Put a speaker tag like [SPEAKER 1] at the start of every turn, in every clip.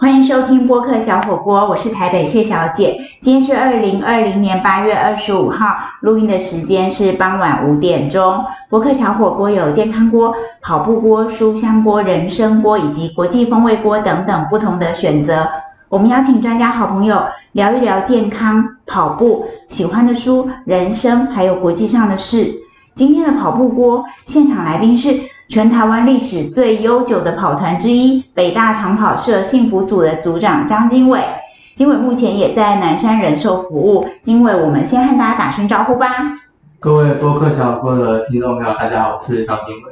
[SPEAKER 1] 迎收听播客小火锅，我是台北谢小姐。今天是二零二零年八月二十五号，录音的时间是傍晚五点钟。播客小火锅有健康锅、跑步锅、书香锅、人参锅以及国际风味锅等等不同的选择。我们邀请专家、好朋友聊一聊健康、跑步、喜欢的书、人生，还有国际上的事。今天的跑步锅现场来宾是全台湾历史最悠久的跑团之一——北大长跑社幸福组的组长张经纬。经纬目前也在南山人寿服务。经纬，我们先和大家打声招呼吧。
[SPEAKER 2] 各位播客小哥的听众朋友，大家好，我是张经纬。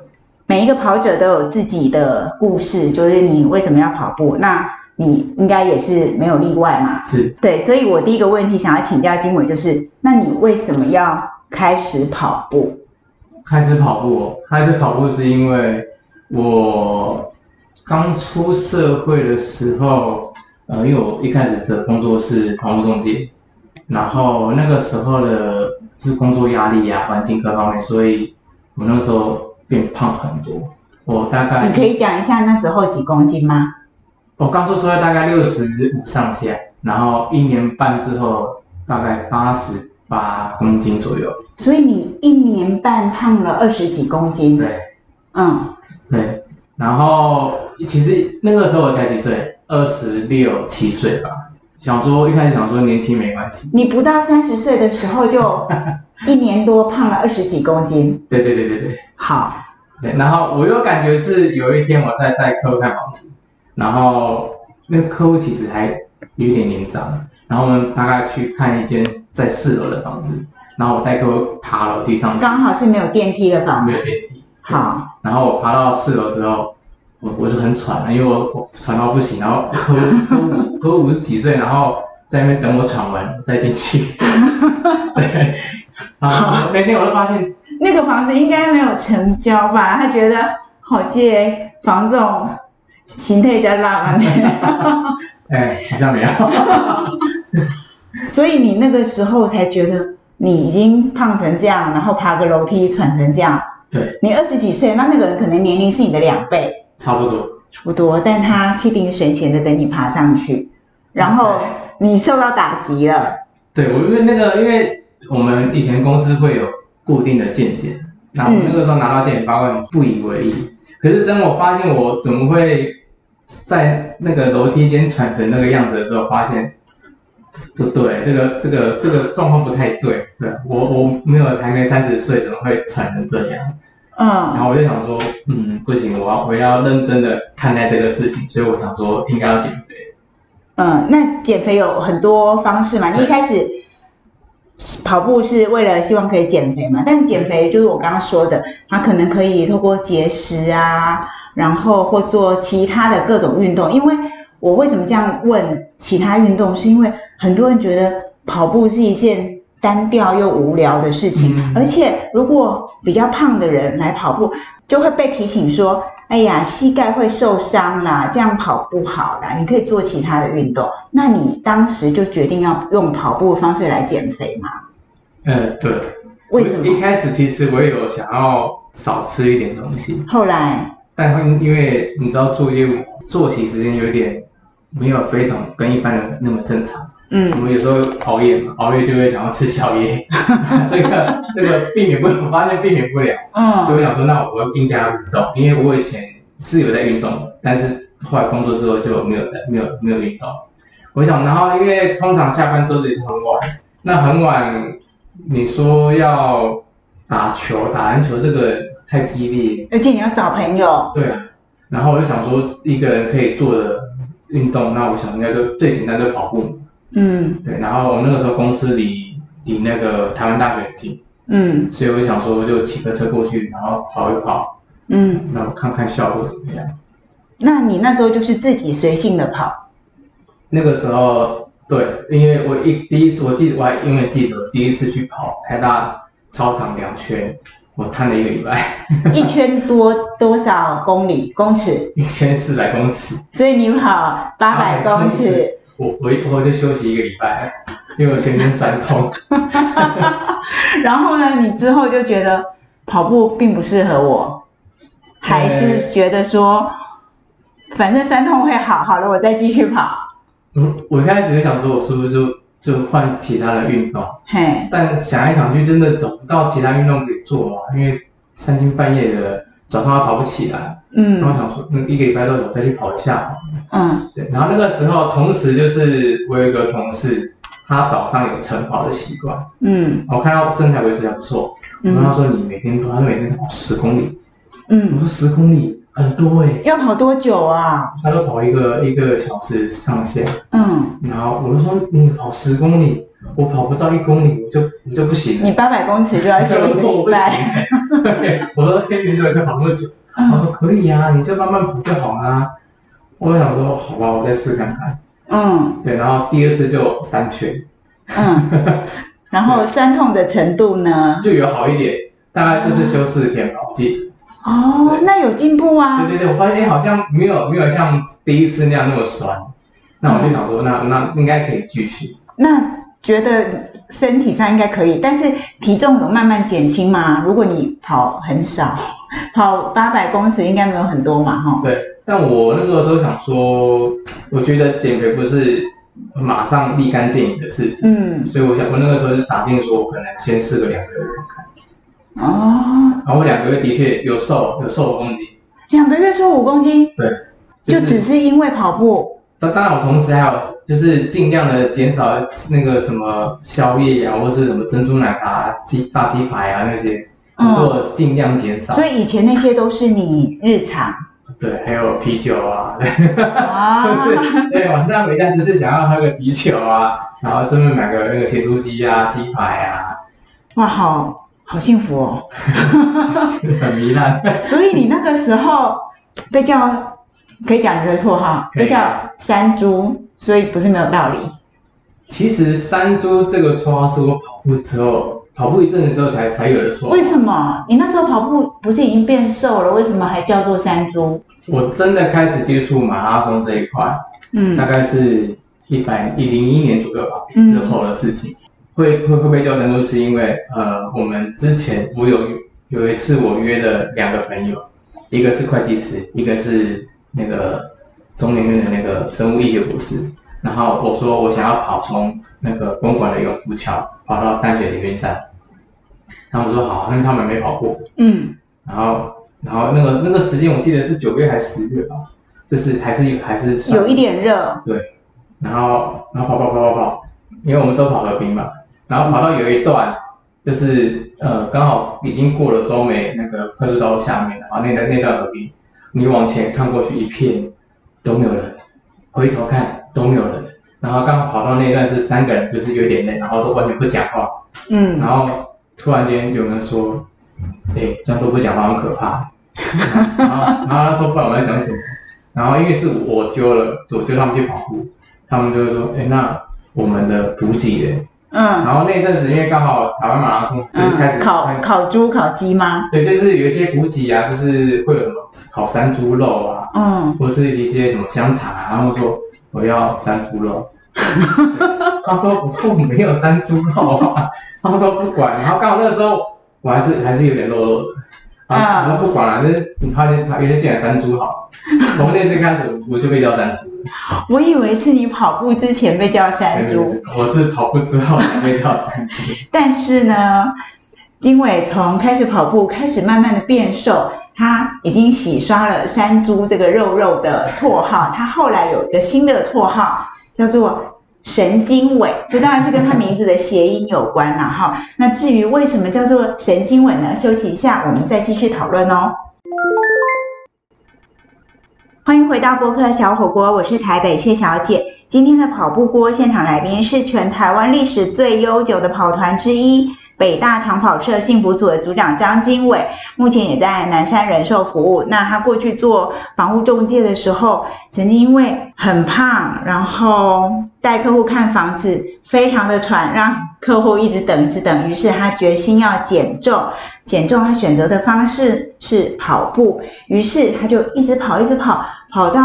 [SPEAKER 1] 每一个跑者都有自己的故事，就是你为什么要跑步？那你应该也是没有例外嘛？
[SPEAKER 2] 是
[SPEAKER 1] 对，所以我第一个问题想要请教经纬，就是那你为什么要开始跑步？
[SPEAKER 2] 开始跑步、哦，开始跑步是因为我刚出社会的时候，呃，因为我一开始的工作是房屋中介，然后那个时候的是工作压力啊、环境各方面，所以我那时候变胖很多。我大概
[SPEAKER 1] 你可以讲一下那时候几公斤吗？
[SPEAKER 2] 我刚出社会大概六十五上下，然后一年半之后大概八十八公斤左右。
[SPEAKER 1] 所以你一年半胖了二十几公斤。，
[SPEAKER 2] 对
[SPEAKER 1] 嗯，
[SPEAKER 2] 对，然后其实那个时候我才几岁，二十六七岁吧。想说一开始想说年轻没关系。
[SPEAKER 1] 你不到三十岁的时候 就一年多胖了二十几公斤。
[SPEAKER 2] 对对对对对
[SPEAKER 1] 好，
[SPEAKER 2] 对，然后我又感觉是有一天我在带客户看房子，然后那个客户其实还有一点年长，然后我们大概去看一间在四楼的房子，然后我带客户爬楼梯上去。
[SPEAKER 1] 刚好是没有电梯的房
[SPEAKER 2] 没
[SPEAKER 1] 子。
[SPEAKER 2] 有电梯。
[SPEAKER 1] 好，
[SPEAKER 2] 然后我爬到四楼之后，我我就很喘了，因为我我喘到不行，然后可可五可五十几岁，然后在那边等我喘完我再进去。对，然后那天我就发现，
[SPEAKER 1] 那个房子应该没有成交吧？他觉得好借房仲，心态在浪漫。
[SPEAKER 2] 哎，好像没有。
[SPEAKER 1] 所以你那个时候才觉得你已经胖成这样，然后爬个楼梯喘成这样。
[SPEAKER 2] 对，
[SPEAKER 1] 你二十几岁，那那个人可能年龄是你的两倍。
[SPEAKER 2] 差不多。
[SPEAKER 1] 差不多，但他气定神闲的等你爬上去，然后你受到打击了，
[SPEAKER 2] 对，我因为那个，因为我们以前公司会有固定的见解，那我
[SPEAKER 1] 嗯
[SPEAKER 2] 那个时候拿到见解发问不以为意，可是当我发现我怎么会在那个楼梯间喘成那个样子的时候，发现不对，这个这个这个状况不太对，对我我没有还没三十岁，怎么会喘成这样？然
[SPEAKER 1] 嗯，
[SPEAKER 2] 后我就想说，嗯，不行，我要我要认真的看待这个事情，所以我想说应该要减肥。
[SPEAKER 1] 嗯，那减肥有很多方式嘛，你一开始跑步是为了希望可以减肥嘛，但减肥就是我刚刚说的，它可能可以透过节食啊，然后或做其他的各种运动，因为我为什么这样问其他运动，是因为很多人觉得跑步是一件单调又无聊的事情，
[SPEAKER 2] 嗯
[SPEAKER 1] 而且如果比较胖的人来跑步，就会被提醒说，哎呀，膝盖会受伤啦，这样跑不好啦，你可以做其他的运动。那你当时就决定要用跑步的方式来减肥吗？
[SPEAKER 2] 嗯，对。
[SPEAKER 1] 为什么
[SPEAKER 2] 一开始其实我也有想要少吃一点东西，
[SPEAKER 1] 后来，
[SPEAKER 2] 但会因为你知道做业务作息时间有点没有非常跟一般人那么正常，
[SPEAKER 1] 嗯
[SPEAKER 2] 我，们有时候熬夜嘛，熬夜就会想要吃宵夜， 这个这个避免不了，我发现避免不了，所
[SPEAKER 1] 嗯，
[SPEAKER 2] 以我想说那我应该要运动，因为我以前是有在运动的，但是后来工作之后就没有在没有没有运动。我想，然后因为通常下班之后也是很晚，那很晚你说要打球打篮球这个太激烈，
[SPEAKER 1] 而且你要找朋友，
[SPEAKER 2] 对啊，然后我就想说，一个人可以做的运动，那我想应该就最简单就跑步。
[SPEAKER 1] 嗯
[SPEAKER 2] 对，然后我那个时候公司离离那个台湾大学很近，
[SPEAKER 1] 嗯
[SPEAKER 2] 所以我想说就骑个车过去，然后跑一跑，
[SPEAKER 1] 嗯。
[SPEAKER 2] 然后看看效果怎么样。
[SPEAKER 1] 那你那时候就是自己随性的 跑，
[SPEAKER 2] 那个时候，对，因为我一第一次，我记得我还因为记得第一次去跑台大操场两圈，我摊了一个礼拜，
[SPEAKER 1] 一圈多多少公里公尺？
[SPEAKER 2] 一千四百公尺。
[SPEAKER 1] 所以你跑八百公尺，
[SPEAKER 2] 我我我就休息一个礼拜，因为我全身酸痛。
[SPEAKER 1] 然后呢，你之后就觉得跑步并不适合我，还是觉得说反正酸痛会好，好了我再继续跑。
[SPEAKER 2] 嗯，我一开始就想说，我是不是就就换其他的运动？
[SPEAKER 1] 嘿，
[SPEAKER 2] 但想来想去，真的找不到其他运动可以做啊，因为三更半夜的，早上还跑不起来。然后
[SPEAKER 1] 嗯
[SPEAKER 2] 想说，嗯，一个礼拜之后我再去跑一下。
[SPEAKER 1] 嗯
[SPEAKER 2] 对，然后那个时候，同时就是我有一个同事，他早上有晨跑的习惯，
[SPEAKER 1] 嗯
[SPEAKER 2] 我看到身材维持还不错。然后他说你每天都，他说每天跑十公里。我
[SPEAKER 1] 嗯，
[SPEAKER 2] 说十公里很多哎、
[SPEAKER 1] 要跑多久啊？
[SPEAKER 2] 他都跑一个一个小时上下。
[SPEAKER 1] 嗯，
[SPEAKER 2] 然后我就说你跑十公里，我跑不到一公里，我就我就不行了。
[SPEAKER 1] 你八百公尺就 要休一个
[SPEAKER 2] 我
[SPEAKER 1] 礼
[SPEAKER 2] 不行
[SPEAKER 1] 拜。
[SPEAKER 2] 欸，对 我说天云队就跑那么久，他
[SPEAKER 1] 嗯
[SPEAKER 2] 说可以啊，你就慢慢跑就好啦、我想说好吧，我再试看看。
[SPEAKER 1] 嗯
[SPEAKER 2] 对，然后第二次就三圈，
[SPEAKER 1] 嗯， 然后酸痛的程度呢？
[SPEAKER 2] 就有好一点，大概这次休四天吧，我记得。
[SPEAKER 1] 哦，那有进步啊
[SPEAKER 2] 对。对对，我发现哎、好像没有没有像第一次那样那么酸，那我就想说那那应该可以继续。
[SPEAKER 1] 那觉得身体上应该可以，但是体重有慢慢减轻吗？如果你跑很少，跑八百公尺应该没有很多嘛，哈。
[SPEAKER 2] 对，但我那个时候想说，我觉得减肥不是马上立竿见影的事情，
[SPEAKER 1] 嗯，
[SPEAKER 2] 所以我想我那个时候就打定说，我可能先试个两个月看看。
[SPEAKER 1] 哦，
[SPEAKER 2] 然后我两个月的确有瘦，有瘦五公斤。
[SPEAKER 1] 两个月瘦五公斤，
[SPEAKER 2] 对，
[SPEAKER 1] 就是只是因为跑步。
[SPEAKER 2] 当当然，我同时还有就是尽量的减少那个什么宵夜呀、或是什么珍珠奶茶、鸡炸鸡排啊那些，
[SPEAKER 1] 嗯
[SPEAKER 2] 我都有尽量减少。
[SPEAKER 1] 所以以前那些都是你日常
[SPEAKER 2] 对，还有啤酒 啊，对，
[SPEAKER 1] 啊，
[SPEAKER 2] 就是 对晚上回家就是想要喝个啤酒啊，然后专门买个那个咸酥鸡啊、鸡排啊，
[SPEAKER 1] 哇，好好幸福哦。
[SPEAKER 2] 是很糜烂。
[SPEAKER 1] 所以你那个时候被叫，可以讲你的绰号，
[SPEAKER 2] 可以
[SPEAKER 1] 被叫山猪，所以不是没有道理。
[SPEAKER 2] 其实山猪这个绰号是我跑步之后，跑步一阵子之后才才有的说。
[SPEAKER 1] 为什么你那时候跑步不是已经变瘦了，为什么还叫做山猪？
[SPEAKER 2] 我真的开始接触马拉松这一块，大
[SPEAKER 1] 嗯
[SPEAKER 2] 概是一百一零一年左右吧
[SPEAKER 1] 嗯
[SPEAKER 2] 之后的事情。会会会被叫山猪，是因为呃，我们之前我有有一次我约了两个朋友，一个是会计师，一个是那个中研院的那个生物医学博士。然后我说我想要跑从那个公馆的永福桥跑到淡水捷运站，他们说好，但是他们没跑过。
[SPEAKER 1] 嗯
[SPEAKER 2] 然后然后那个那个时间我记得是九月还是十月吧，就是还是还是算
[SPEAKER 1] 有一点热，
[SPEAKER 2] 对，然后然后跑跑跑跑跑，因为我们都跑河滨嘛，然后跑到有一段就是呃刚好已经过了中美那个快速道路下面了，然啊后那段那段河滨，你往前看过去一片都没有人，回头看都没有人，然后刚好跑到那段是三个人，就是有点累，然后都完全不讲话，然
[SPEAKER 1] 嗯，
[SPEAKER 2] 后突然间有人说，哎、这样都不讲话很可怕。然后，然后他说，不然我们要讲什么？然后因为是我揪了，我揪他们去跑步，他们就会说，哎、那我们的补给嘞？
[SPEAKER 1] 嗯
[SPEAKER 2] 然后那一阵子因为刚好台湾马拉松就是开始、
[SPEAKER 1] 嗯，烤烤猪烤鸡吗？
[SPEAKER 2] 对，就是有一些补给啊，就是会有什么烤山猪肉啊，
[SPEAKER 1] 嗯，
[SPEAKER 2] 或是一些什么香肠啊，然后说我要山猪肉。 他说我说我没有山猪肉啊，他说不管，然后刚好那个时候我还是还是有点肉肉的，
[SPEAKER 1] 啊
[SPEAKER 2] 啊，他说不管了、就是你发现他有些进来山猪好，从那次开始我就被叫山猪，
[SPEAKER 1] 我以为是你跑步之前被叫山猪，
[SPEAKER 2] 对，我是跑步之后才被叫山猪，
[SPEAKER 1] 但是呢，经纬从开始跑步开始慢慢的变瘦，他已经洗刷了山猪这个肉肉的绰号，他后来有一个新的绰号叫做。神经纬，这当然是跟他名字的谐音有关了哈。那至于为什么叫做神经纬呢？休息一下，我们再继续讨论哦。欢迎回到播客小火锅，我是台北谢小姐。今天的跑步锅现场来宾是全台湾历史最悠久的跑团之一——北大长跑社幸福组的组长张经纬，目前也在南山人寿服务。那他过去做房屋中介的时候，曾经因为很胖，然后带客户看房子，非常的喘，让客户一直等，一直等。于是他决心要减重，减重他选择的方式是跑步，于是他就一直跑，一直跑，跑到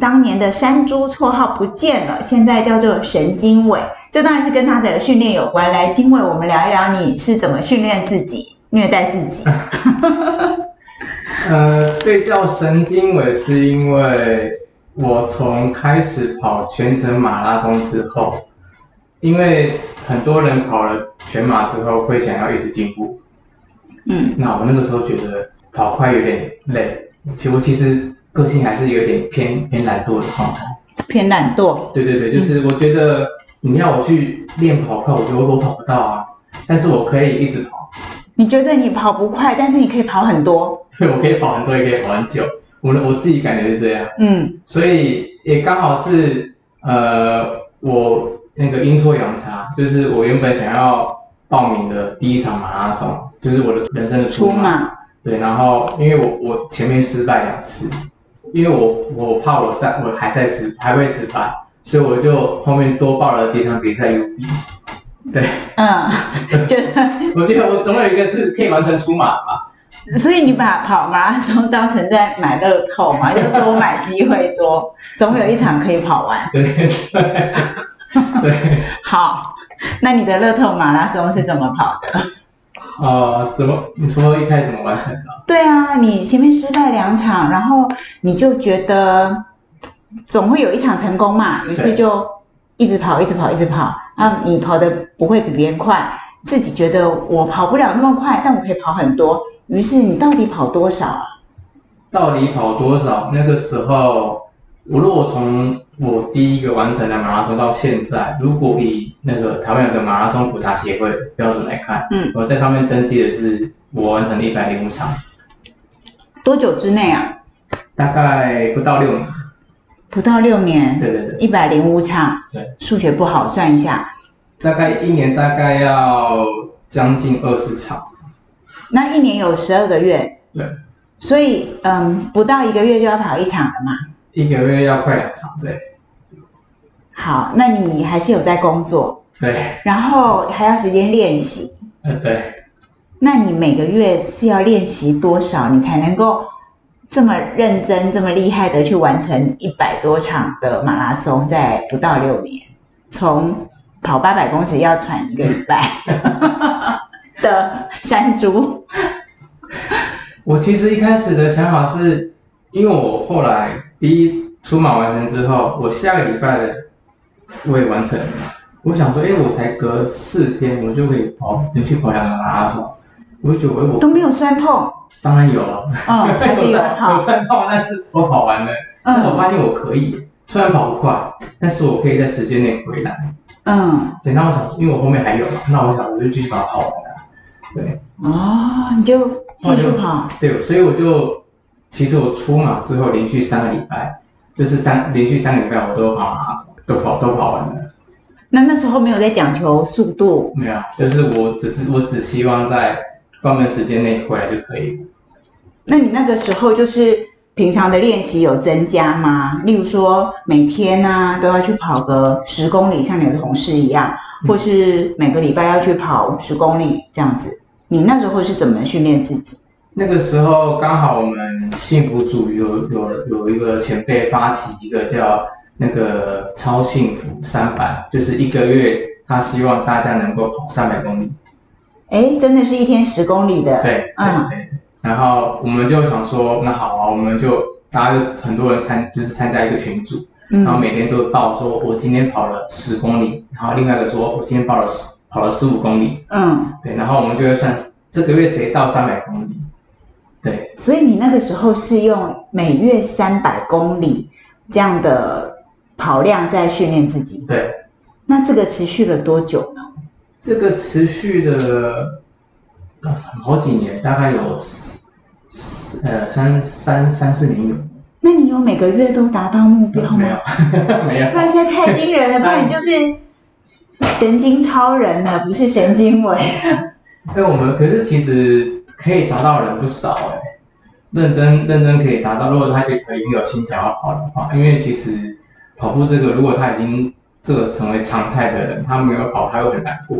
[SPEAKER 1] 当年的山猪绰号不见了，现在叫做神经尾。这当然是跟他的训练有关。来，经纬，我们聊一聊你是怎么训练自己、虐待自己。
[SPEAKER 2] 呃，被叫神经尾是因为我从开始跑全程马拉松之后，因为很多人跑了全马之后会想要一直进步，
[SPEAKER 1] 嗯
[SPEAKER 2] 那我那个时候觉得跑快有点累，其实我其实个性还是有点偏偏懒惰的状态。
[SPEAKER 1] 偏懒惰，
[SPEAKER 2] 对对对，就是我觉得你要我去练跑快，我觉得我跑不到啊，但是我可以一直跑，
[SPEAKER 1] 你觉得你跑不快，但是你可以跑很多，
[SPEAKER 2] 对我可以跑很多，也可以跑很久，我的我自己感觉是这样，
[SPEAKER 1] 嗯
[SPEAKER 2] 所以也刚好是呃我那个阴错阳差，就是我原本想要报名的第一场马拉松，就是我的人生的初
[SPEAKER 1] 出
[SPEAKER 2] 马，
[SPEAKER 1] 马，
[SPEAKER 2] 对，然后因为我我前面失败两次，因为我我怕我在我还在失还会失败，所以我就后面多报了几场比赛 UB。对，
[SPEAKER 1] 嗯， 觉得，
[SPEAKER 2] 我觉得我总有一个是可以完成出马的吧。
[SPEAKER 1] 所以你把跑马拉松当成在买乐透嘛，就是多买机会多，总有一场可以跑完。
[SPEAKER 2] 对对对，
[SPEAKER 1] 好，那你的乐透马拉松是怎么跑的？
[SPEAKER 2] 呃，怎么你说一开始怎么完成的？
[SPEAKER 1] 对啊，你前面失败两场，然后你就觉得总会有一场成功嘛，于是
[SPEAKER 2] 对
[SPEAKER 1] 就一直跑，一直跑，一直跑。啊，你跑的不会比别人快，自己觉得我跑不了那么快，但我可以跑很多。于是你到底跑多少啊？
[SPEAKER 2] 到底跑多少？那个时候，我如果从我第一个完成的马拉松到现在，如果以那个台湾有个马拉松普查协会的标准来看，
[SPEAKER 1] 嗯
[SPEAKER 2] 我在上面登记的是我完成了一百零五场，
[SPEAKER 1] 多久之内啊？
[SPEAKER 2] 大概不到六年。
[SPEAKER 1] 不到六年，
[SPEAKER 2] 对对对
[SPEAKER 1] 一百零五场，
[SPEAKER 2] 对，
[SPEAKER 1] 数学不好算一下。
[SPEAKER 2] 大概一年大概要将近二十场。
[SPEAKER 1] 那一年有十二个月，
[SPEAKER 2] 对，
[SPEAKER 1] 所以嗯，不到一个月就要跑一场了嘛。
[SPEAKER 2] 一个月要快两场。对
[SPEAKER 1] 好，那你还是有在工作，
[SPEAKER 2] 对，
[SPEAKER 1] 然后还要时间练习。
[SPEAKER 2] 呃对。
[SPEAKER 1] 那你每个月是要练习多少，你才能够这么认真、这么厉害的去完成一百多场的马拉松，在不到六年，从跑八百公尺要喘一个礼拜 的山猪，
[SPEAKER 2] 我其实一开始的想法是，因为我后来第一出马完成之后，我下个礼拜的我也完成了嘛，我想说，哎，我才隔四天，我就可以跑连续跑两个马拉松，我就觉得诶
[SPEAKER 1] 都
[SPEAKER 2] 我
[SPEAKER 1] 没有酸痛，
[SPEAKER 2] 当然有了，
[SPEAKER 1] 嗯还是有嗯跑
[SPEAKER 2] 我算到，但是我跑完了，但我发现我可以，虽然跑不快，但是我可以在时间内回来。
[SPEAKER 1] 嗯，
[SPEAKER 2] 对，那我想，因为我后面还有嘛，那我想我就继续把它跑完啊，对。
[SPEAKER 1] 哦，你就继续跑，
[SPEAKER 2] 对，所以我就其实我出马之后连续三个礼拜，就是三连续三个礼拜我都跑马拉松，都跑都跑完了。
[SPEAKER 1] 那那时候没有在讲求速度，
[SPEAKER 2] 没有，啊就是我只是我只希望在关门时间内回来就可以了。
[SPEAKER 1] 那你那个时候就是平常的练习有增加吗？例如说每天啊都要去跑个十公里，像你的同事一样，
[SPEAKER 2] 嗯
[SPEAKER 1] 或是每个礼拜要去跑十公里这样子。你那时候是怎么训练自己？
[SPEAKER 2] 那个时候刚好我们幸福组有有有一个前辈发起一个叫那个超幸福三百，就是一个月他希望大家能够跑三百公里。
[SPEAKER 1] 哎，真的是一天十公里的，
[SPEAKER 2] 对，对
[SPEAKER 1] 嗯，
[SPEAKER 2] 对。然后我们就想说，那好啊，我们就大家就很多人参，就是参加一个群组，
[SPEAKER 1] 嗯
[SPEAKER 2] 然后每天都报说，我今天跑了十公里，然后另外一个说我今天跑了十跑了十五公里，
[SPEAKER 1] 嗯，
[SPEAKER 2] 对，然后我们就会算这个月谁到三百公里，对，
[SPEAKER 1] 所以你那个时候是用每月三百公里这样的跑量在训练自己，
[SPEAKER 2] 对，
[SPEAKER 1] 那这个持续了多久呢？
[SPEAKER 2] 这个持续的、呃好几年，大概有十十呃三三三四年有，
[SPEAKER 1] 那你有每个月都达到目标吗？
[SPEAKER 2] 没有 没有
[SPEAKER 1] 不，然现在太惊
[SPEAKER 2] 哎
[SPEAKER 1] 人了，不然你就是神经超人了，不是神经 尾。
[SPEAKER 2] 对我们可是其实可以达到的人不少哎、认真认真可以达到。如果他也已经有心想要跑的话，因为其实跑步这个，如果他已经这个成为常态的人，他没有跑他会很难过。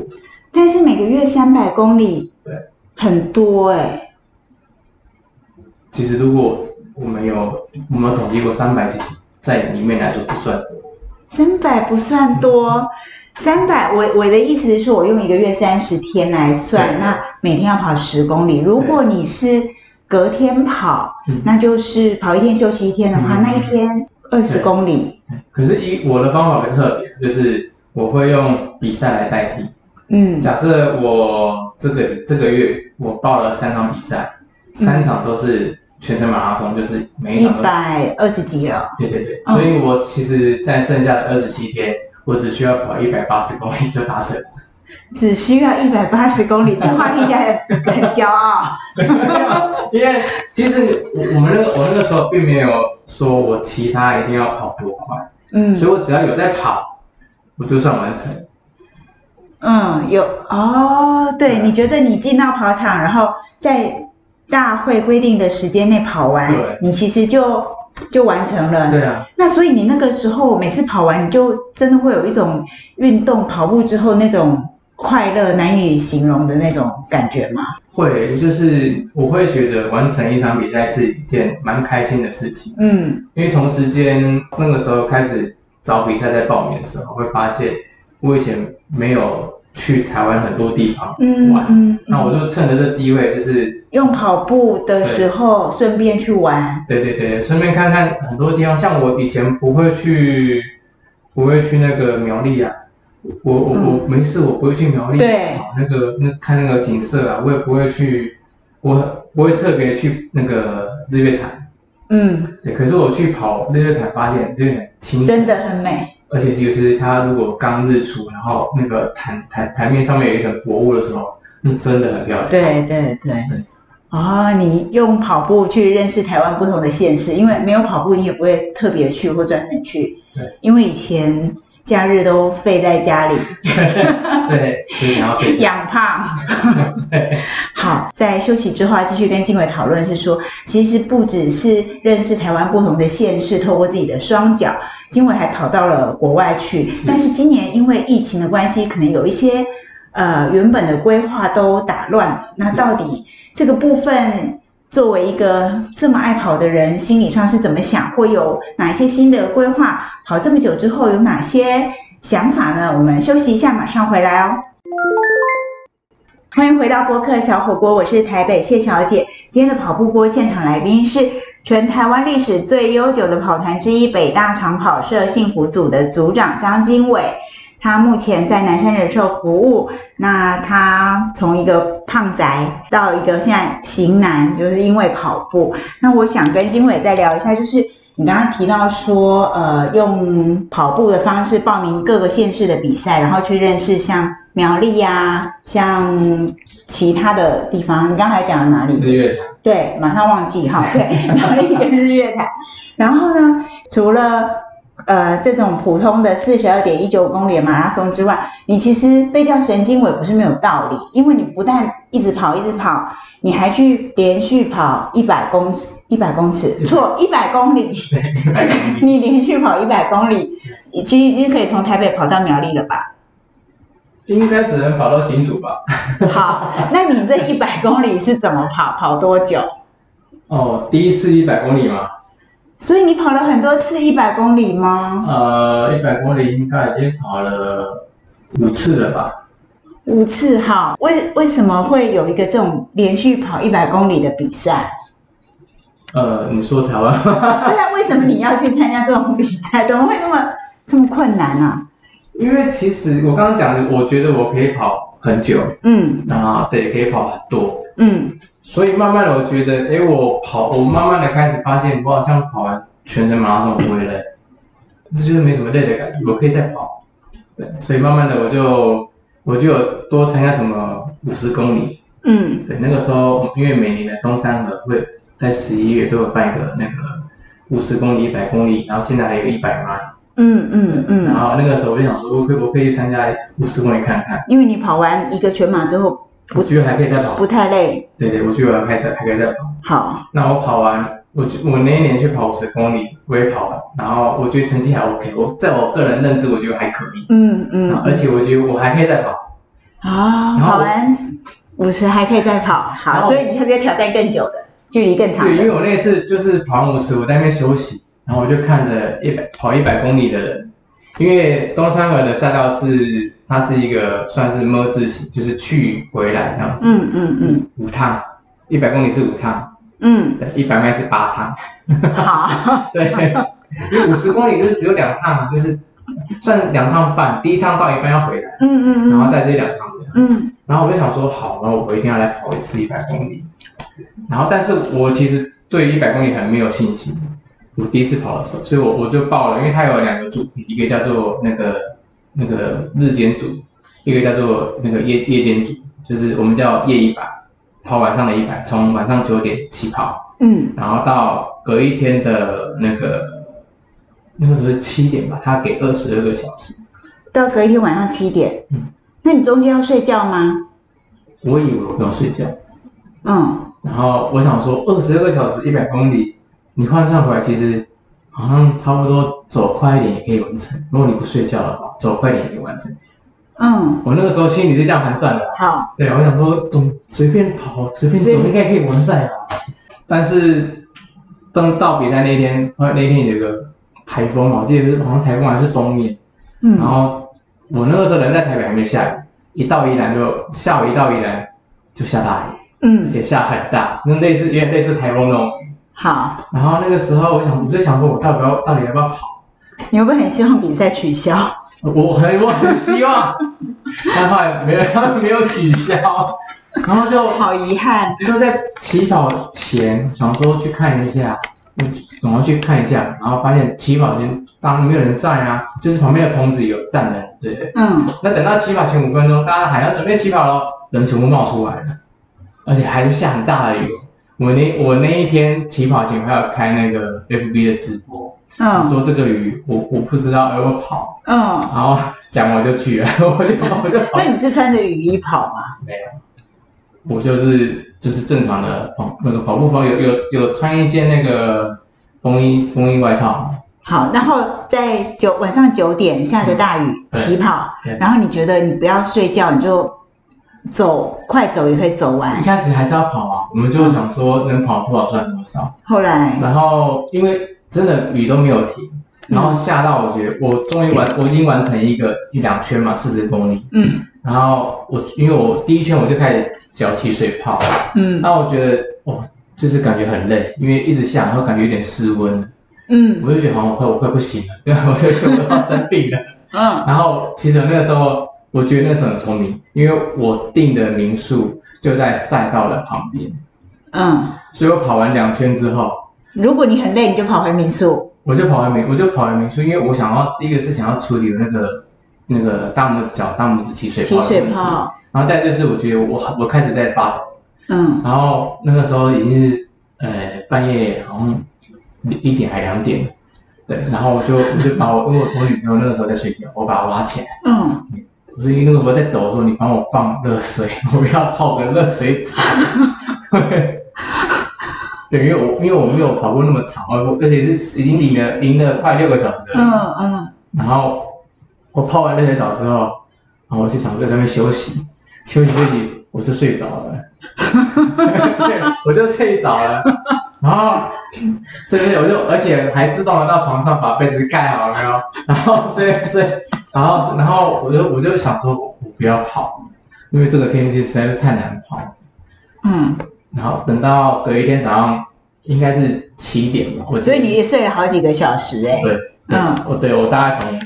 [SPEAKER 1] 但是每个月三百公里
[SPEAKER 2] 对，
[SPEAKER 1] 很多哎、
[SPEAKER 2] 其实如果我们有我们有统计过三百，其实在里面来说不算多。
[SPEAKER 1] 三百不算
[SPEAKER 2] 嗯
[SPEAKER 1] 多，三百我我的意思是我用一个月三十天来算，
[SPEAKER 2] 对
[SPEAKER 1] 那每天要跑十公里。如果你是隔天跑，
[SPEAKER 2] 嗯
[SPEAKER 1] 那就是跑一天休息一天的话，
[SPEAKER 2] 嗯
[SPEAKER 1] 那一天二十
[SPEAKER 2] 对
[SPEAKER 1] 公里，
[SPEAKER 2] 可是以我的方法比较特别，就是我会用比赛来代替。
[SPEAKER 1] 嗯
[SPEAKER 2] 假设我这个这个月我报了三场比赛，
[SPEAKER 1] 嗯
[SPEAKER 2] 三场都是全程马拉松，就是每一
[SPEAKER 1] 一
[SPEAKER 2] 场都
[SPEAKER 1] 百二十几了，
[SPEAKER 2] 对对对，
[SPEAKER 1] 嗯
[SPEAKER 2] 所以我其实，在剩下的二十七天，我只需要跑一百八十公里就达成。
[SPEAKER 1] 只需要一百八十公里，这话听起来很 很骄傲。
[SPEAKER 2] 因为其实我我们那个我那个时候并没有说我其他一定要跑多快，所
[SPEAKER 1] 嗯
[SPEAKER 2] 以我只要有在跑，我就算完成。
[SPEAKER 1] 嗯，有哦，对，
[SPEAKER 2] 对
[SPEAKER 1] 你觉得你进到跑场，然后在大会规定的时间内跑完
[SPEAKER 2] 对，
[SPEAKER 1] 你其实就就完成了。
[SPEAKER 2] 对啊，
[SPEAKER 1] 那所以你那个时候每次跑完，你就真的会有一种运动跑步之后那种快乐难以形容的那种感觉吗？
[SPEAKER 2] 会就是我会觉得完成一场比赛是一件蛮开心的事情，
[SPEAKER 1] 嗯
[SPEAKER 2] 因为同时间那个时候开始找比赛在报名的时候，会发现我以前没有去台湾很多地方
[SPEAKER 1] 嗯
[SPEAKER 2] 玩，
[SPEAKER 1] 嗯，
[SPEAKER 2] 那我就趁着这机会就是
[SPEAKER 1] 用跑步的时候顺便去玩，
[SPEAKER 2] 对对对，顺便看看很多地方，像我以前不会去，不会去那个苗栗啊，我我
[SPEAKER 1] 嗯
[SPEAKER 2] 我没事，我不会去苗栗，
[SPEAKER 1] 对
[SPEAKER 2] 跑那个那看那个景色啊，我也不会去，我不会特别去那个日月潭，
[SPEAKER 1] 嗯，
[SPEAKER 2] 对，可是我去跑日月潭，发现日月潭清澈
[SPEAKER 1] 真的，很美，
[SPEAKER 2] 而且就是它如果刚日出，然后那个潭潭潭面上面有一层薄雾的时候，那真的很漂亮，
[SPEAKER 1] 对对对
[SPEAKER 2] 对。
[SPEAKER 1] 哦，你用跑步去认识台湾不同的县市，因为没有跑步你也不会特别去或专门去，
[SPEAKER 2] 对
[SPEAKER 1] 因为以前假日都废在家里，
[SPEAKER 2] 对，只想 要睡觉，
[SPEAKER 1] 养 胖。好，在休息之后啊，继续跟静伟讨论是说，其实不只是认识台湾不同的县市，透过自己的双脚，静伟还跑到了国外去。
[SPEAKER 2] 是
[SPEAKER 1] 但是今年因为疫情的关系，可能有一些呃原本的规划都打乱了。那
[SPEAKER 2] 是
[SPEAKER 1] 到底这个部分？作为一个这么爱跑的人，心理上是怎么想？会有哪些新的规划？跑这么久之后有哪些想法呢？我们休息一下，马上回来哦。欢迎回到播客小火锅，我是台北谢小姐。今天的跑步锅现场来宾是全台湾历史最悠久的跑团之一北大长跑社幸福组的组长张经纬，他目前在南山人寿服务。那他从一个胖宅到一个现在型男，就是因为跑步。那我想跟经纬再聊一下，就是你刚刚提到说，呃，用跑步的方式报名各个县市的比赛，然后去认识像苗栗呀、像其他的地方。你刚才讲了哪里？
[SPEAKER 2] 日月潭。
[SPEAKER 1] 对，马上忘记哈，对， 苗栗跟日月潭。然后呢，除了呃这种普通的四十二点一九公里的马拉松之外，你其实被叫神经尾不是没有道理，因为你不但一直跑一直跑，你还去连续跑一百公尺，一百公尺错，一百公里，
[SPEAKER 2] 对，百公里
[SPEAKER 1] 你连续跑一百公里，其实已经可以从台北跑到苗栗了吧？
[SPEAKER 2] 应该只能跑到新竹吧？
[SPEAKER 1] 好，那你这一百公里是怎么跑？跑多久？
[SPEAKER 2] 哦，第一次一百公里嘛，
[SPEAKER 1] 所以你跑了很多次一百公里吗？
[SPEAKER 2] 呃，一百公里应该已经跑了五次了吧？
[SPEAKER 1] 五次哈，为为什么会有一个这种连续跑一百公里的比赛？
[SPEAKER 2] 呃，你说台湾吗？
[SPEAKER 1] 对啊，为什么你要去参加这种比赛？怎么会这么这么困难啊？
[SPEAKER 2] 因为其实我刚刚讲的，我觉得我可以跑很久，
[SPEAKER 1] 嗯
[SPEAKER 2] 啊，对，可以跑很多，
[SPEAKER 1] 嗯
[SPEAKER 2] 所以慢慢的我觉得，哎，我跑，我慢慢的开始发现，我好像跑完全程马拉松我不会累，这就是没什么累的感觉，我可以再跑。对，所以慢慢的我就我就有多参加什么五十公里，
[SPEAKER 1] 嗯
[SPEAKER 2] 对，那个时候因为每年的东山河会在十一月都有办一个那个五十公里、一百公里，然后现在还有一百迈。
[SPEAKER 1] 嗯嗯嗯，
[SPEAKER 2] 然后那个时候我就想说，我可以我可以去参加五十公里看看，
[SPEAKER 1] 因为你跑完一个全马之后
[SPEAKER 2] 我觉得还可以再跑。
[SPEAKER 1] 不太累，
[SPEAKER 2] 对对，我觉得我还可以再还可以再跑。
[SPEAKER 1] 好，
[SPEAKER 2] 那我跑完，我就我那一年去跑五十公里，我也跑完，然后我觉得成绩还 OK，我在我个人认知我觉得还可以，
[SPEAKER 1] 嗯
[SPEAKER 2] 然
[SPEAKER 1] 嗯
[SPEAKER 2] 后，而且我觉得我还可以再跑。
[SPEAKER 1] 啊、
[SPEAKER 2] 然后
[SPEAKER 1] 跑
[SPEAKER 2] 我
[SPEAKER 1] 完五十还可以再跑，好，
[SPEAKER 2] 然后
[SPEAKER 1] 所以你下次要挑战更久的，距离更长
[SPEAKER 2] 对，因为
[SPEAKER 1] 的，
[SPEAKER 2] 我那次就是跑完五十，我在那边休息，然后我就看着一百跑一百公里的人，因为东山河的赛道是它是一个算是么字形，就是去回来这样子，
[SPEAKER 1] 嗯嗯嗯
[SPEAKER 2] 五趟，一百公里是五趟，
[SPEAKER 1] 嗯，
[SPEAKER 2] 对，一百迈是八趟，
[SPEAKER 1] 好，
[SPEAKER 2] 对，因为五十公里就是只有两趟嘛，就是算两趟半，第一趟到一半要回来，
[SPEAKER 1] 嗯
[SPEAKER 2] 然后
[SPEAKER 1] 嗯
[SPEAKER 2] 再这两趟的。
[SPEAKER 1] 嗯嗯，
[SPEAKER 2] 然后我就想说，好，那我一定要来跑一次一百公里。然后，但是我其实对一百公里很没有信心。我第一次跑的时候，所以我我就报了，因为它有两个组，一个叫做那个那个日间组，一个叫做那个夜夜间组，就是我们叫夜一百，跑晚上的一百，从晚上九点起跑，
[SPEAKER 1] 嗯
[SPEAKER 2] 然后到隔一天的那个那个时候是七点吧，他给二十二个小时。
[SPEAKER 1] 到隔一天晚上七点，
[SPEAKER 2] 嗯，
[SPEAKER 1] 那你中间要睡觉吗？
[SPEAKER 2] 我以为我不用睡觉。
[SPEAKER 1] 嗯，
[SPEAKER 2] 然后我想说，二十二个小时一百公里，你换算回来其实好像差不多走快一点也可以完成。如果你不睡觉的话，走快一点也可以完成。
[SPEAKER 1] 嗯，
[SPEAKER 2] 我那个时候心里是这样盘算的。
[SPEAKER 1] 好，
[SPEAKER 2] 对，我想说总随便跑随便走
[SPEAKER 1] 随便
[SPEAKER 2] 应该可以完赛啊吧。但是当到比赛那天，呃那天有一个台风嘛，我记得是好像台风还是封面，
[SPEAKER 1] 嗯，
[SPEAKER 2] 然后我那个时候人在台北还没下雨，一到宜兰就下午一到宜兰就下大雨。而
[SPEAKER 1] 嗯，
[SPEAKER 2] 且下很大，那类似有点类似台风那种。
[SPEAKER 1] 好，
[SPEAKER 2] 然后那个时候，我想我就想说，我到底要到底要不要跑？
[SPEAKER 1] 你会不会很希望比赛取消？
[SPEAKER 2] 我很我很希望， 但后来没有他们没有取消，然后就
[SPEAKER 1] 好遗憾，
[SPEAKER 2] 就在起跑前想说去看一下，嗯，然后去看一下，然后发现起跑前当然没有人站啊，就是旁边的棚子有站的人，对。
[SPEAKER 1] 嗯，
[SPEAKER 2] 那等到起跑前五分钟，大家喊要准备起跑了，人全部冒出来了，而且还是下很大的雨。我那我那一天起跑前还要开那个 FB 的直播，
[SPEAKER 1] 嗯，
[SPEAKER 2] 说这个雨我我不知道要不要跑，
[SPEAKER 1] 嗯，
[SPEAKER 2] 然后讲完就去了， 我就跑我就跑
[SPEAKER 1] 那，你是穿着雨衣跑吗？
[SPEAKER 2] 没有，我就是就是正常的跑那个跑步风有有有穿一件那个风衣风衣外套，
[SPEAKER 1] 好，然后在九晚上九点下着大雨
[SPEAKER 2] 对
[SPEAKER 1] 起跑，
[SPEAKER 2] 对
[SPEAKER 1] 然后你觉得你不要睡觉，你就走快走也可以走完
[SPEAKER 2] 一。开始还是要跑啊，我们就想说能跑多少算多少。
[SPEAKER 1] 后来，
[SPEAKER 2] 然后因为真的雨都没有停，然后下到我觉得我终于完，我已经完成一个一两圈嘛，四十公里。
[SPEAKER 1] 嗯
[SPEAKER 2] 然后我因为我第一圈我就开始脚起水泡，
[SPEAKER 1] 嗯
[SPEAKER 2] 那我觉得哦，就是感觉很累，因为一直下，然后感觉有点失温，
[SPEAKER 1] 嗯
[SPEAKER 2] 我就觉得好像我快我快不行了， 对，我就觉得我要生病了。
[SPEAKER 1] 嗯
[SPEAKER 2] 然后其实我那个时候我觉得那个时候很聪明，因为我订的民宿就在赛道的旁边，
[SPEAKER 1] 嗯，
[SPEAKER 2] 所以我跑完两圈之后，
[SPEAKER 1] 如果你很累，你就跑回民宿。
[SPEAKER 2] 我就跑回民，我就跑回民宿，因为我想要第一个是想要处理那个那个大拇指脚大拇指起水泡的
[SPEAKER 1] 起水
[SPEAKER 2] 问题
[SPEAKER 1] 泡，
[SPEAKER 2] 然后再就是我觉得我我开始在发抖，
[SPEAKER 1] 嗯
[SPEAKER 2] 然后那个时候已经是呃半夜好像一点还两点，对，然后我就我就把我因为我我女朋友那个时候在睡觉，我把她挖起来，
[SPEAKER 1] 嗯，
[SPEAKER 2] 我说因为我在抖的时候，你帮我放热水， 我要泡个热水澡。对 对，因为我因为我没有跑过那么长，而而且是已经淋了淋了快六个小时的。
[SPEAKER 1] 嗯嗯
[SPEAKER 2] 然后我泡完热水澡之后，然后我就想在那边休息，休息休息，我就睡着了。 对，我就睡着了。然后，所以我就而且还自动的到床上把被子盖好了没有？然后睡睡，然后然后我就我就想说，我不要跑，因为这个天气实在是太难跑。
[SPEAKER 1] 嗯，
[SPEAKER 2] 然后等到隔一天早上，应该是七点吧，我记
[SPEAKER 1] 所
[SPEAKER 2] 得
[SPEAKER 1] 以你也睡了好几个小时哎、
[SPEAKER 2] 对，
[SPEAKER 1] 嗯
[SPEAKER 2] 嗯，我对我大概从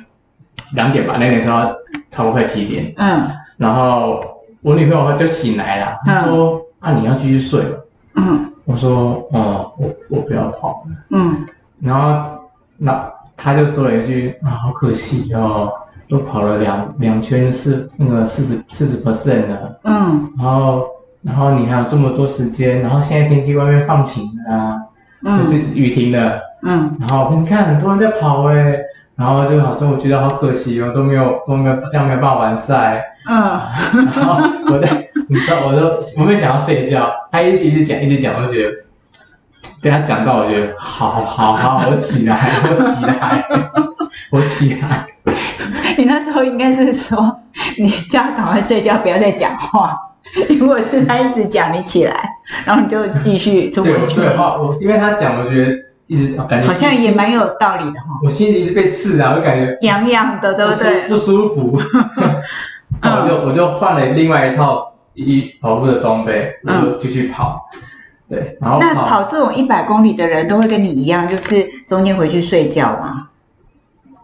[SPEAKER 2] 两点吧，那个时候差不多快七点，
[SPEAKER 1] 嗯
[SPEAKER 2] 然后我女朋友就醒来了，她说：“啊，你要继续睡了。
[SPEAKER 1] 嗯”
[SPEAKER 2] 我说：“嗯，我我不要跑。
[SPEAKER 1] 嗯”
[SPEAKER 2] 然后那她就说了一句：“啊，好可惜哦，都跑了两两圈是那个四十四十 percent 了。”
[SPEAKER 1] 嗯
[SPEAKER 2] 然后然后你还有这么多时间，然后现在天气外面放晴了啊，
[SPEAKER 1] 嗯
[SPEAKER 2] 就是雨停了。
[SPEAKER 1] 嗯
[SPEAKER 2] 然后你看很多人在跑哎、然后就好像我觉得好可惜哦，都没有都没有这样没有办法完赛。
[SPEAKER 1] 嗯，
[SPEAKER 2] 然后我在，你知道，我都我会想要睡觉，他一直一直讲一直讲，我就觉得被他讲到，我觉得好好好，我起来，我起来，我起来。
[SPEAKER 1] 你那时候应该是说你叫他赶快睡觉，不要再讲话。如果是他一直讲你起来，然后你就继续出
[SPEAKER 2] 对，
[SPEAKER 1] 回
[SPEAKER 2] 我
[SPEAKER 1] 去，
[SPEAKER 2] 对话，我因为他讲，我觉得一直哦感觉
[SPEAKER 1] 好像
[SPEAKER 2] 心
[SPEAKER 1] 也蛮，有道理的哈、
[SPEAKER 2] 我心里一直被刺啊，我感觉
[SPEAKER 1] 痒痒的，对
[SPEAKER 2] 不
[SPEAKER 1] 不
[SPEAKER 2] 舒
[SPEAKER 1] 对？嗯
[SPEAKER 2] 不 舒服。然后我就我就换了另外一套一跑步的装备，我
[SPEAKER 1] 嗯
[SPEAKER 2] 就继续跑。对，然后
[SPEAKER 1] 那
[SPEAKER 2] 跑
[SPEAKER 1] 跑这种一百公里的人都会跟你一样，就是中间回去睡觉吗？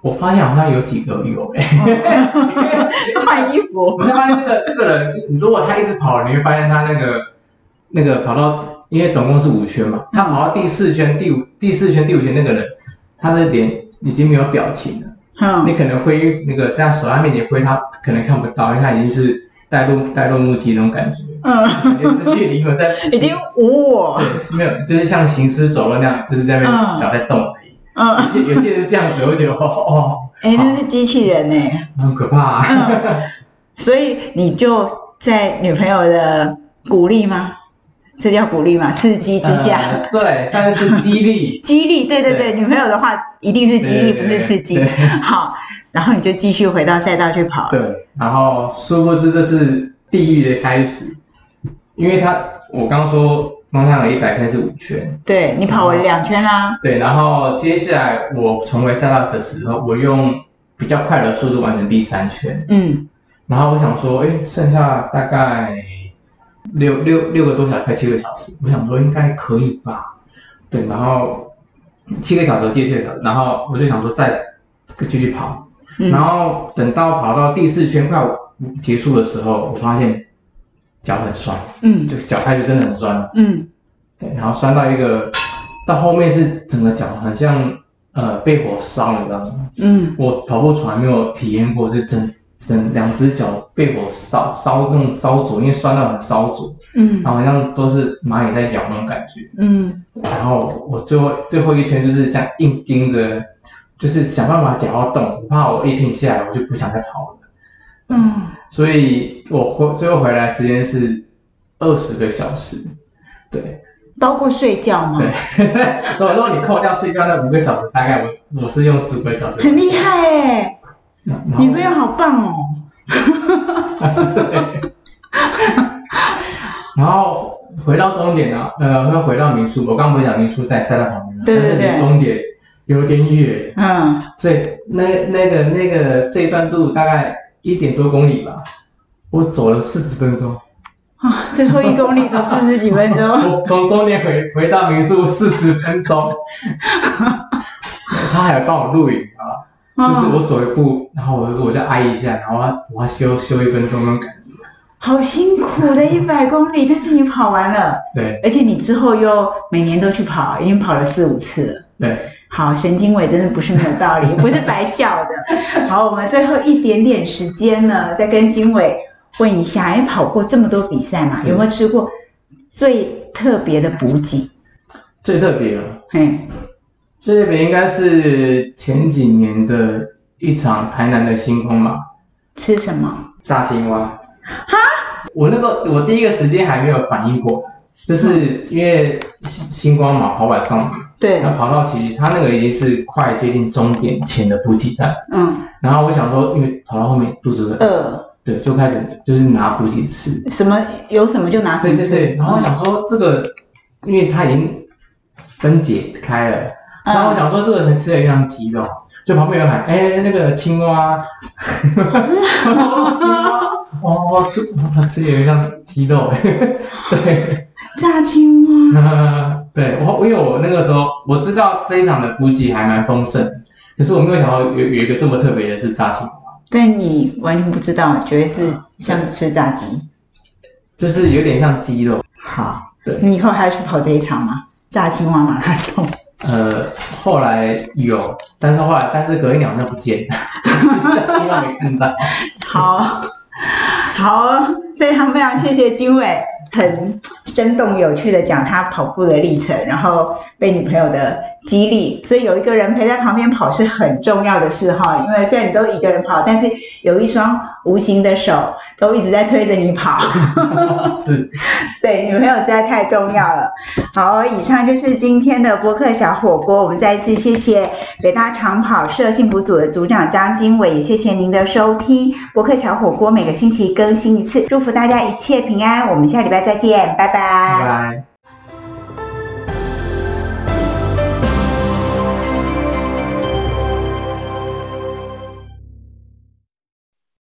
[SPEAKER 2] 我发现好像有几个有哎、
[SPEAKER 1] 哦换衣服
[SPEAKER 2] 我会发现这个这个人，你如果他一直跑，你会发现他那个那个跑到，因为总共是五圈嘛，
[SPEAKER 1] 嗯
[SPEAKER 2] 他跑到第四圈、第五、第四圈、第五圈那个人，他的脸已经没有表情了。你
[SPEAKER 1] 嗯，
[SPEAKER 2] 可能挥那个在手上面前挥，他可能看不到，因为他已经是呆若呆若木鸡那种 感觉，感
[SPEAKER 1] 嗯，
[SPEAKER 2] 觉失去灵魂在，
[SPEAKER 1] 已经无我，
[SPEAKER 2] 对是没有，就是像行尸走肉那样，就是在那
[SPEAKER 1] 哦嗯
[SPEAKER 2] 边脚在动而已。有
[SPEAKER 1] 嗯，
[SPEAKER 2] 些有些人是这样子，我会觉得哦哦，
[SPEAKER 1] 哎，那是机器人呢、
[SPEAKER 2] 很可怕、啊。
[SPEAKER 1] 嗯所以你就在女朋友的鼓励吗？这叫鼓励吗？刺激之下。
[SPEAKER 2] 呃对，算是激励。
[SPEAKER 1] 激励，对对对，
[SPEAKER 2] 对
[SPEAKER 1] 女朋友的话一定是激励，
[SPEAKER 2] 对对对
[SPEAKER 1] 不是刺激
[SPEAKER 2] 对。
[SPEAKER 1] 好，然后你就继续回到赛道去跑。
[SPEAKER 2] 对，然后殊不知这是地狱的开始，因为他我刚说方向一百开是五圈，
[SPEAKER 1] 对，你跑
[SPEAKER 2] 嗯
[SPEAKER 1] 了两圈啦。
[SPEAKER 2] 对，然后接下来我重回赛道的时候，我用比较快的速度完成第三圈，
[SPEAKER 1] 嗯
[SPEAKER 2] 然后我想说，哎，剩下大概六六六个多小时，快七个小时，我想说应该可以吧，对，然后七个小时接七个小时，然后我就想说再继续跑，然
[SPEAKER 1] 嗯，
[SPEAKER 2] 后等到跑到第四圈快结束的时候，我发现脚很酸，
[SPEAKER 1] 嗯
[SPEAKER 2] 就脚开始真的很酸，
[SPEAKER 1] 嗯
[SPEAKER 2] 对，然后酸到一个，到后面是整个脚很像呃被火烧了，你知道吗？
[SPEAKER 1] 嗯，
[SPEAKER 2] 我跑步从来没有体验过，就整整两只脚被火烧烧那种烧灼，因为酸到很烧灼，
[SPEAKER 1] 嗯
[SPEAKER 2] 然后好像都是蚂蚁在咬那种感觉。
[SPEAKER 1] 嗯
[SPEAKER 2] 然后我最后最后一圈就是这样硬盯着，就是想办法脚要动，我怕我一停下来我就不想再跑了。
[SPEAKER 1] 嗯，
[SPEAKER 2] 所以我回最后回来时间是二十个小时， 对
[SPEAKER 1] 包括睡觉吗？
[SPEAKER 2] 对。 如果如果你扣掉睡觉那五个小时，大概我我是用十五个小时。
[SPEAKER 1] 很厉害哎，
[SPEAKER 2] 然后
[SPEAKER 1] 女朋友好棒哦。
[SPEAKER 2] 对。然后回到终点呢，呃，要回到民宿。我刚不是讲民宿在赛道旁边吗，
[SPEAKER 1] 对对对
[SPEAKER 2] 但是离终点有点远，
[SPEAKER 1] 嗯，
[SPEAKER 2] 所以那那个那个这一段路大概一点多公里吧，我走了四十分钟。
[SPEAKER 1] 啊，最后一公里走四十几分 钟，
[SPEAKER 2] 我从终点回回到民宿四十分钟， 他还帮我录影啊，
[SPEAKER 1] 哦
[SPEAKER 2] 就是我走一步，然后我我就挨一下，然后他我要休休一分钟那种感觉。
[SPEAKER 1] 好辛苦的一百公里，但是你跑完了，
[SPEAKER 2] 对
[SPEAKER 1] 而且你之后又每年都去跑，已经跑了四五次了。
[SPEAKER 2] 对，
[SPEAKER 1] 好，神经尾真的不是没有道 理，不是白叫的。好，我们最后一点点时间呢，再跟经纬问一下，因为跑过这么多比赛嘛，
[SPEAKER 2] 是
[SPEAKER 1] 有没有吃过最特别的补给？
[SPEAKER 2] 最特别了，
[SPEAKER 1] 嘿，
[SPEAKER 2] 最特别应该是前几年的一场台南的星空吧，
[SPEAKER 1] 吃什么？
[SPEAKER 2] 炸青蛙。我那个我第一个时间还没有反应过，就是因为星星光嘛，跑晚上嘛。
[SPEAKER 1] 对
[SPEAKER 2] 那，跑道其实它那个已经是快接近终点前的补给站，
[SPEAKER 1] 嗯，
[SPEAKER 2] 然后我想说，因为跑到后面肚子饿，
[SPEAKER 1] 呃，
[SPEAKER 2] 对，就开始就是拿补给吃，
[SPEAKER 1] 什么有什么就拿什
[SPEAKER 2] 对
[SPEAKER 1] 么吃。
[SPEAKER 2] 对对，然后我想说这个，因为它已经分解开了，
[SPEAKER 1] 嗯
[SPEAKER 2] 然后我想说这个人吃的非常急的哦，就旁边有人喊，哎，那个青蛙，青蛙，哦，这它吃的有点像鸡肉， 对。
[SPEAKER 1] 炸青蛙，
[SPEAKER 2] 嗯，对我，因为我那个时候我知道这一场的补给还蛮丰盛的，可是我没有想到有有一个这么特别的是炸青蛙，
[SPEAKER 1] 但你完全不知道，觉得是像吃炸鸡。
[SPEAKER 2] 就是有点像鸡肉。
[SPEAKER 1] 好，
[SPEAKER 2] 对
[SPEAKER 1] 你以后还要去跑这一场吗？炸青蛙马拉松。
[SPEAKER 2] 呃，后来有，但是后来但是隔一年好像不见了， 炸青蛙没看到。
[SPEAKER 1] 好，好，非常非常谢谢经纬，很生动有趣的讲他跑步的历程，然后被女朋友的激励，所以有一个人陪在旁边跑是很重要的事哈。因为虽然你都一个人跑，但是有一双无形的手都一直在推着你跑。
[SPEAKER 2] 是，
[SPEAKER 1] 对，女朋友实在太重要了。好，以上就是今天的播客小火锅。我们再一次谢谢北大长跑社幸福组的组长张经纬，也谢谢您的收听。播客小火锅每个星期更新一次，祝福大家一切平安。我们下礼拜再见，拜拜
[SPEAKER 2] 拜拜。